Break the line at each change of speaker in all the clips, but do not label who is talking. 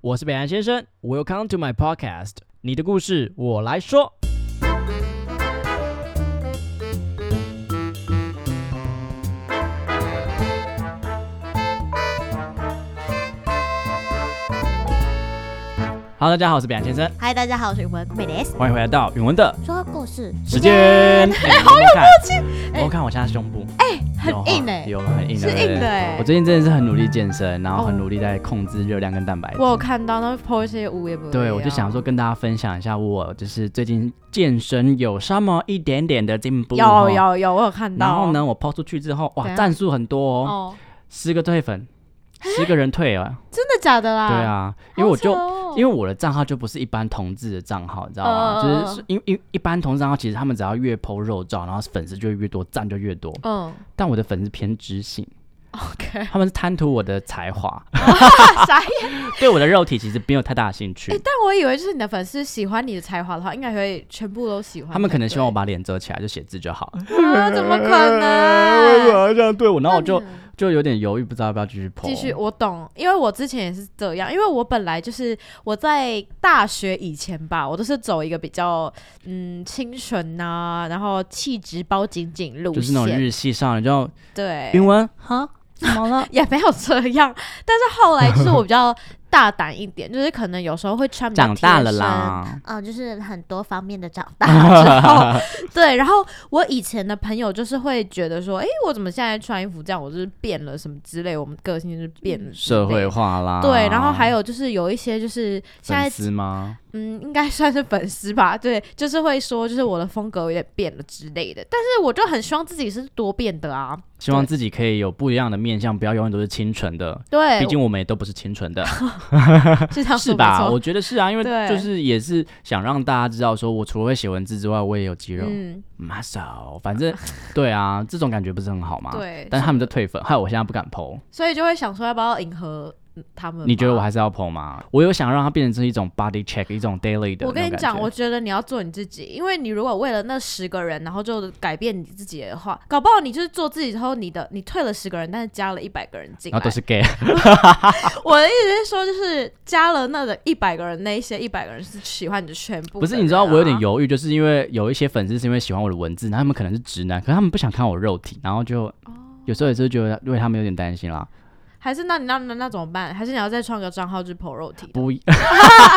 我是北岸先生，Welcome to my podcast，你的故事我来说。Hello，大家好，我是北岸先生，
嗨，大家好，我是文美蕾丝，
欢迎回来到允文的
说故事
时间。哎，好有默契！我看我现在胸部
很
有
硬
哈
哎、
有很硬
是
对不对
硬的哎
我最近真的是欸很努力健身，然后很
哦
努力在控制热量跟蛋白质。
我有
嗯
看到那 po 一些无微不
对，我就想说跟大家分享一下，我就是最近健身有那么一点点的进步。
有
哈。
有有，我有看到。
然后？哦呢，我抛出去之后，哇，
怎样
赞数很多哦，
哦，啊
十个退粉，十个人退了。
真的假的啦？
对，啊，因为我就
哦
因为
为
我的账号就不是一般同志的账号，你知道吗？
嗯
就
嗯嗯
是是因为因为一般同志账号，其实他们只要越剖肉照，然后粉丝就会越多，赞就越多。
嗯
但我的粉丝偏知性，
，OK，
他们是贪图我的才华，
啊傻眼。
对我的肉体其实没有太大的兴趣。
但我以为就是你的粉丝喜欢你的才华的话，应该会全部都喜欢。
他们可能
对不对
希望我把脸遮起来，就写字就好。
啊，怎么可
为什么
能？
要这样哎对我？ 然后我就
那你
就有点犹豫，不知道要不要继续剖。
继续，我懂，因为我之前也是这样，因为我本来就是我在大学以前吧，我都是走一个比较嗯清纯呐、然后气质包紧紧路线，
就是那种日系上的，就
对，？
云文哈，怎么了
也没有这样，但是后来就是我比较大胆一点，就是可能有时候会穿比较
长大了
贴身，
啦，
嗯、就是很多方面的长大 之后，
对。然后我以前的朋友就是会觉得说，诶，我怎么现在穿衣服这样？我就是变了什么之类，我们个性就是变了之类
社会。化啦。
对，然后还有就是有一些就是现
粉
在
丝吗？
嗯，应该算是粉丝吧，对，就是会说就是我的风格有点变了之类的，但是我就很希望自己是多变的啊，
希望自己可以有不一样的面相，不要永远都是清纯的。
对，
毕竟我们也都不是清 纯的，
是这样
是
说没
吧？
错嗯
我觉得是啊，因为
对
就是也是想让大家知道，说我除了会写文字之外，我也有肌肉
嗯，
muscle。反正对啊，这种感觉不是很好吗？。
对，
啊但是他们就退粉，害我现在不敢剖。
所以就会想说要不要迎合嗯他们吧？
你觉得我还是要剖吗？我有想让它变成是一种 body check，一种 daily 的那种感觉。
我跟你讲，我觉得你要做你自己，因为你如果为了那十个人，然后就改变你自己的话，搞不好你就是做自己之后，你的你退了十个人，但是加了一百个人进
然后都
来。
是 gay，
我的意思是说，就是加了那的一百个人，那一些一百个人是喜欢你的全部的人 啊、
不是？你知道我有点犹豫，就是因为有一些粉丝是因为喜欢我的文字，然后他们可能是直男，可是他们不想看我肉体，然后就
哦
有时候也是觉得为他们有点担心啦。
还是那你那那那怎么办？还是你要再创个账号去剖肉体？
不，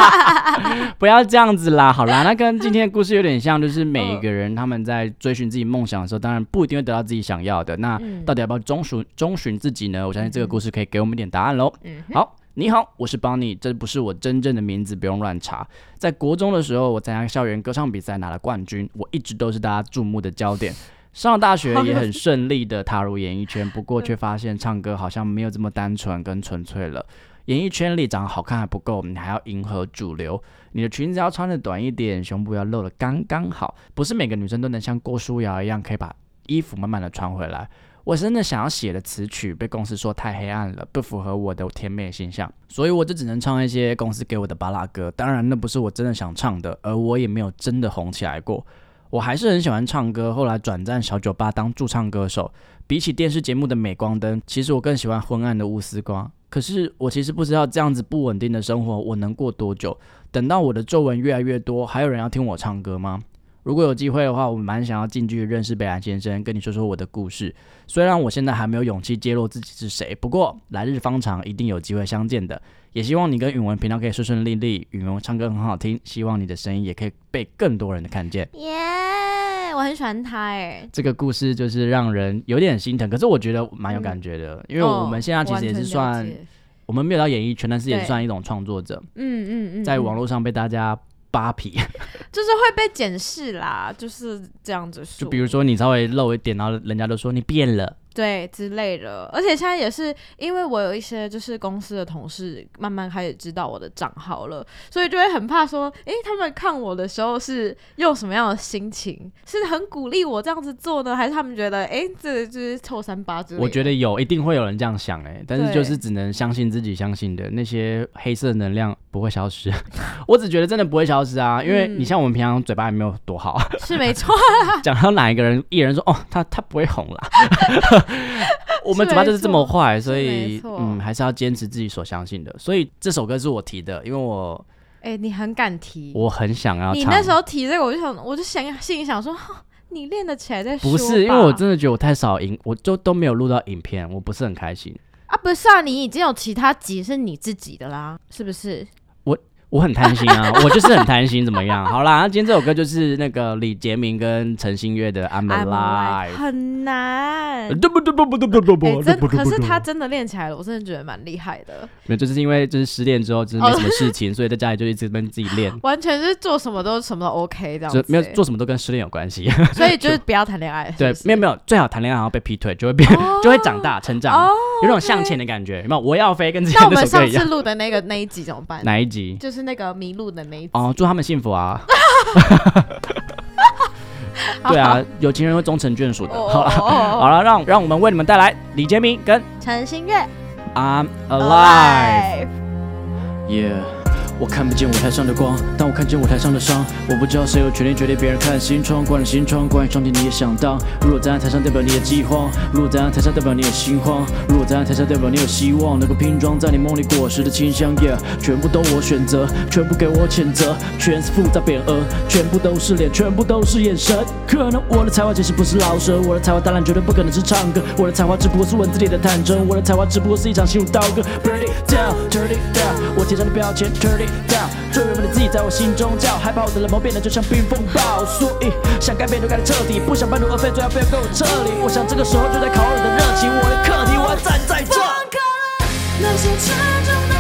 不要这样子啦，好啦，那跟今天的故事有点像，就是每一个人他们在追寻自己梦想的时候，当然不一定会得到自己想要的。那
嗯
到底要不要忠寻忠寻自己呢？我相信这个故事可以给我们一点答案喽。
嗯哼，
好，你好，我是邦尼，这不是我真正的名字，不用乱查。在国中的时候，我参加校园歌唱比赛拿了冠军，我一直都是大家注目的焦点。上了大学也很顺利的踏入演艺圈，不过却发现唱歌好像没有这么单纯跟纯粹了。演艺圈里长得好看还不够，你还要迎合主流。你的裙子要穿的短一点，胸部要露的刚刚好。不是每个女生都能像郭书瑶一样，可以把衣服慢慢的穿回来。我真的想要写的词曲被公司说太黑暗了，不符合我的甜美形象，所以我就只能唱一些公司给我的巴拉歌。当然，那不是我真的想唱的，而我也没有真的红起来过。我还是很喜欢唱歌，后来转战小酒吧当驻唱歌手。比起电视节目的镁光灯，其实我更喜欢昏暗的乌丝瓜。可是我其实不知道这样子不稳定的生活我能过多久。等到我的皱纹越来越多，还有人要听我唱歌吗？如果有机会的话，我蛮想要近距离认识北兰先生，跟你说说我的故事。虽然我现在还没有勇气揭露自己是谁，不过来日方长，一定有机会相见的。也希望你跟允文频道可以顺顺利利，允文唱歌很好听，希望你的声音也可以被更多人的看见。
耶、我很喜欢他哎、
这个故事就是让人有点心疼，可是我觉得蛮有感觉的，因为我们现在其实也是
哦
算
完全，了解
我们没有到演艺圈，但是也
对
算一种创作者，
嗯嗯嗯，
在
嗯
网络上被大家扒皮，
就是会被检视啦，就是这样子说。
就比如说你稍微露一点，然后人家都说你变了，
对之类的，而且现在也是因为我有一些就是公司的同事慢慢开始知道我的账号了，所以就会很怕说，诶、他们看我的时候是用什么样的心情？是很鼓励我这样子做呢，还是他们觉得，诶、这就是臭三八之类的？
我觉得有，一定会有人这样想哎、但是
对
就是只能相信自己相信的那些黑色能量不会消失， 我只觉得真的不会消失啊，因为
嗯
你像我们平常嘴巴也没有多好，
是没错，
讲到哪一个人艺人说哦他他不会红啦， 我们嘴巴就是这么坏，所
没
以
错
嗯，还是要坚持自己所相信的。所以这首歌是我提的，因为我
哎、你很敢提，
我很想要
你
唱。
那时候提这个，我就想，我就想心里想说，哼你练得起来再说
不
吧。
是，因为我真的觉得我太少影，我就都没有录到影片，我不是很开心。
啊，不是啊，你已经有其他集是你自己的啦，是不是？
我很贪心啊，我就是很贪心，怎么样？好啦，那今天这首歌就是那个李杰明跟陈星月的《I'm
I'm alive，
Alive
很难。》。
对不对不对不对不
哎、
对
真
不嗯
可是
对
他真的练起来了，我真的觉得蛮厉害的，
没有，就是因为就是失恋之后，就是没什么事情，所以在家里就一直跟自己练，
完全是做什么都什么都 OK 这样
就
子，
没有做什么都跟失恋有关系。
所以就是不要谈恋爱，
对，没有没有，最好谈恋爱然后被劈腿，就会变、就会长大成 长，
哦
有种向前的感觉。有没有？我要飞跟之前
那我
那
们
首歌
上
一
次
样。
录的那个那一集怎么办？
哪一集？
就是那个迷路的那一集。
哦，祝他们幸福啊！
好
对 啊，有情人会终成眷属的。
哦
好了，
哦
好了，让让我们为你们带来李杰明跟
陈星月
I'm Alive。
Alive。
Yeah，我看不见舞台上的光，但我看见舞台上的伤。我不知道谁有权利决定别人看心窗，关了心窗，关于上帝你也想当。如果站在台上代表你的饥荒，如果站在台上代表你的心慌，如果站在台上代表你有希望，能够拼装在你梦里果实的清香。Yeah，全部都我选择，全部给我谴责，全是复杂匾额，全部都是脸，全部都是眼神。可能我的才华其实不是老舍，我的才华当然绝对不可能是唱歌，我的才华只不过是文字里的坦诚，我的才华只不过是一场心如刀割。Burn it down，turn it down，我贴上的标签 turn it down，最原本的自己在我心中叫，害怕我的冷漠变得就像冰风暴，所以想改变就改得彻底，不想半途而废，最好不要跟我撤离。我想这个时候就在考我的热情，我的课题，我要站在这。
放开了那些沉重的、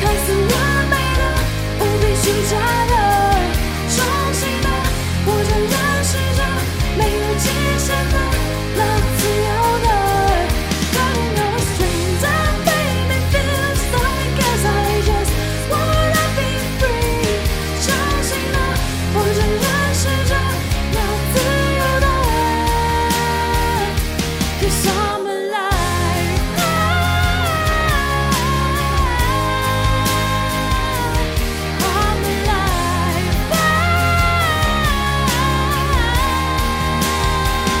看似完美的、无比虚假的、衷心的，我仍然试着没有极限的、那自由的。Cutting all strings and baby feels like yes, I just wanna be free。伤心的，我仍然试着那自由的。Cause I'm alive. I'm alive.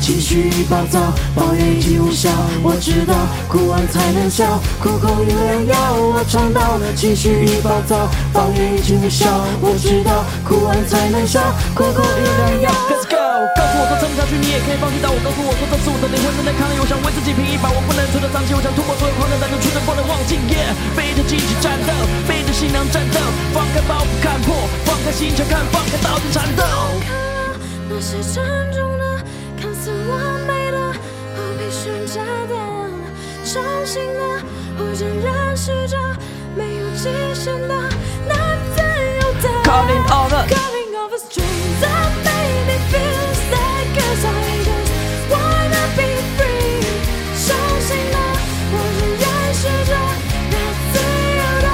情绪已暴躁，抱怨已经无效。我知道，哭完才能笑，苦口一良药。我尝到了情绪已暴躁，抱怨已经无效。我知道，哭完才能笑，苦口一良药。
Let's go！告诉我说撑不下去，你也可以放弃。但我告诉我说这是我的灵魂正在抗议，我想为自己拼一把，我不能垂头丧气，我想突破所有框架，但又绝对不能忘记。Yeah，背着自己战斗，背着信仰战斗，放开包袱看破，放开心胸看，放开刀子缠斗。
看了那些沉重的、看似完美的、不必寻找的、伤心的，我仍然试着没有极限的、那自由的。
Calling all the-
Calling all the strings that made me feel sad 'cause I just wanna be free。伤心的，我仍然试着那自由的。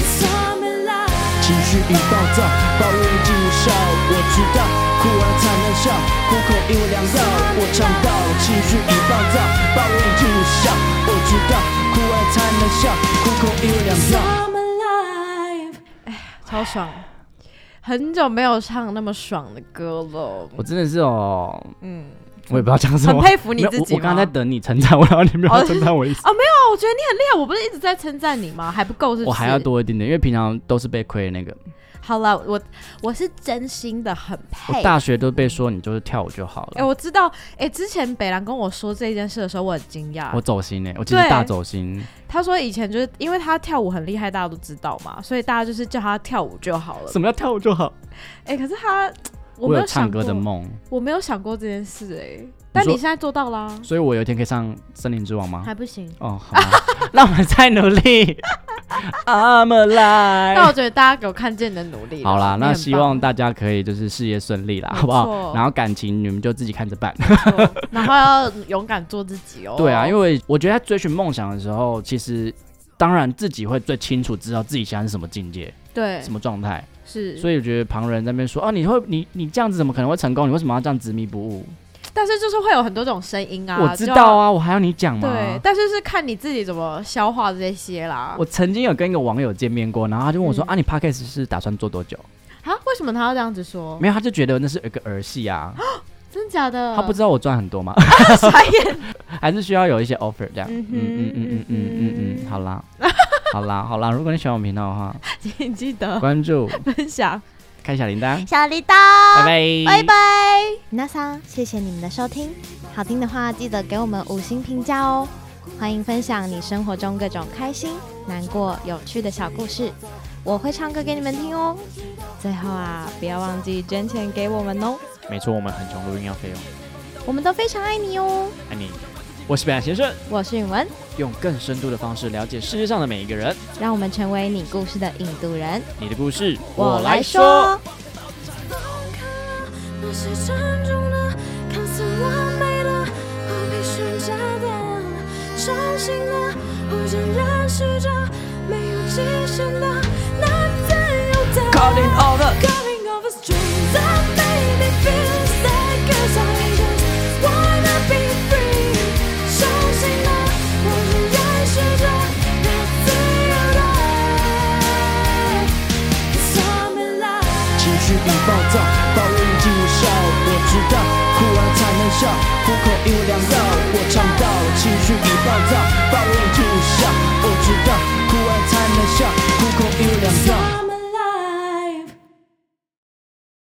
'Cause I'm alive。
情绪已暴躁，抱怨已经无效。我知道，哭完才能笑，苦口因为良药。我尝到了情绪已暴躁，抱怨已经无效。我知道，哭完才能笑，苦口因为良药。
I'm alive.
超爽，很久没有唱那么爽的歌了。
我真的是哦，
嗯，
我也不知道讲什
很佩服你
没有
自己
我我刚才
吗
在等你称赞我，然后你没
哦
有称赞我一次。
哦，没有，我觉得你很厉害，我不是一直在称赞你吗？还不够是不是？
我还要。多一点点，因为平常都是被亏的那个。
好了，我
我是真心的很
我
佩服，
大学都被说你就是跳舞就好
哎、
了，
我知道，哎、之前北兰跟我说这件事的时候，我很惊讶
我。走心哎，我其实
对
大走心。
他说以前就是因为他跳舞很厉害，大家都知道嘛，所以大家就是叫他跳舞就好了。
什么叫跳舞就好？
哎、可是他，
我
我没
有
想
唱
过
歌的梦，
我没有想过这件事哎、但你
说
现在做到啦，
所以我有一天可以上森林之王
啊
吗？
还不行。
哦，好吧，那我们再努力。I'm
那我
alive。
觉得大家有看见你的努力。
哎好啦，
你
那
很
希
棒
望大家可以就是事业顺利啦，
没
好不好？
错
然后感情你们就自己看着办。
错然后要勇敢做自己哦。
对啊，因为我觉得在追寻梦想的时候，其实当然自己会最清楚知道自己现在是什么境界、
对
什么状态，
是，
所以我觉得旁人在那边说啊，你会你你这样子怎么可能会成功？你为什么要这样执迷不悟？
但是就是会有很多种声音啊，
我知
就
道啊，我还要你讲
要，
吗？
对，但是是看你自己怎么消化这些啦。
我曾经有跟一个网友见面过，然后他就问我说、
嗯
啊，你 podcast 是打算做多久？
啊，为什么他要这样子说？
没有，他就觉得那是一个儿戏啊。
真假的？
他不知道我赚很多吗？
嗯 傻眼。
还是需要有一些 offer 这样。嗯
嗯哼
嗯嗯嗯嗯嗯嗯，好啦，好啦，好啦。如果你喜欢我们频道的话，
请 记得
关注、
分享。
开小铃铛，
小铃铛，
拜拜，
拜拜。哎那桑，谢谢你们的收听，好听的话记得给我们五星评价哦。欢迎分享你生活中各种开心、难过、有趣的小故事，我会唱歌给你们听哦。最后啊，不要忘记捐钱给我们哦，
没错，我们很穷录音要费用，
我们都非常爱你哦。
爱你。我是北岸先生，
我是允文，
用更深度的方式了解世界上的每一个人。
让我们成为你故事的引渡人。
你的故事，。。
懂看了那些珍重的，看似完美的，何必虚假的？伤心的，我仍然试着，没有极限的，难自由的。Calling all the calling all the strings that made me feel sad, 'cause I just wanna be free。伤心的，我仍然试着，那自由的。Cause I'm alive。
情绪已暴躁，抱怨已经无效。我知道，哭完才能笑，苦口一无良药。我尝到，情绪已暴躁，抱怨已经无效。我知道，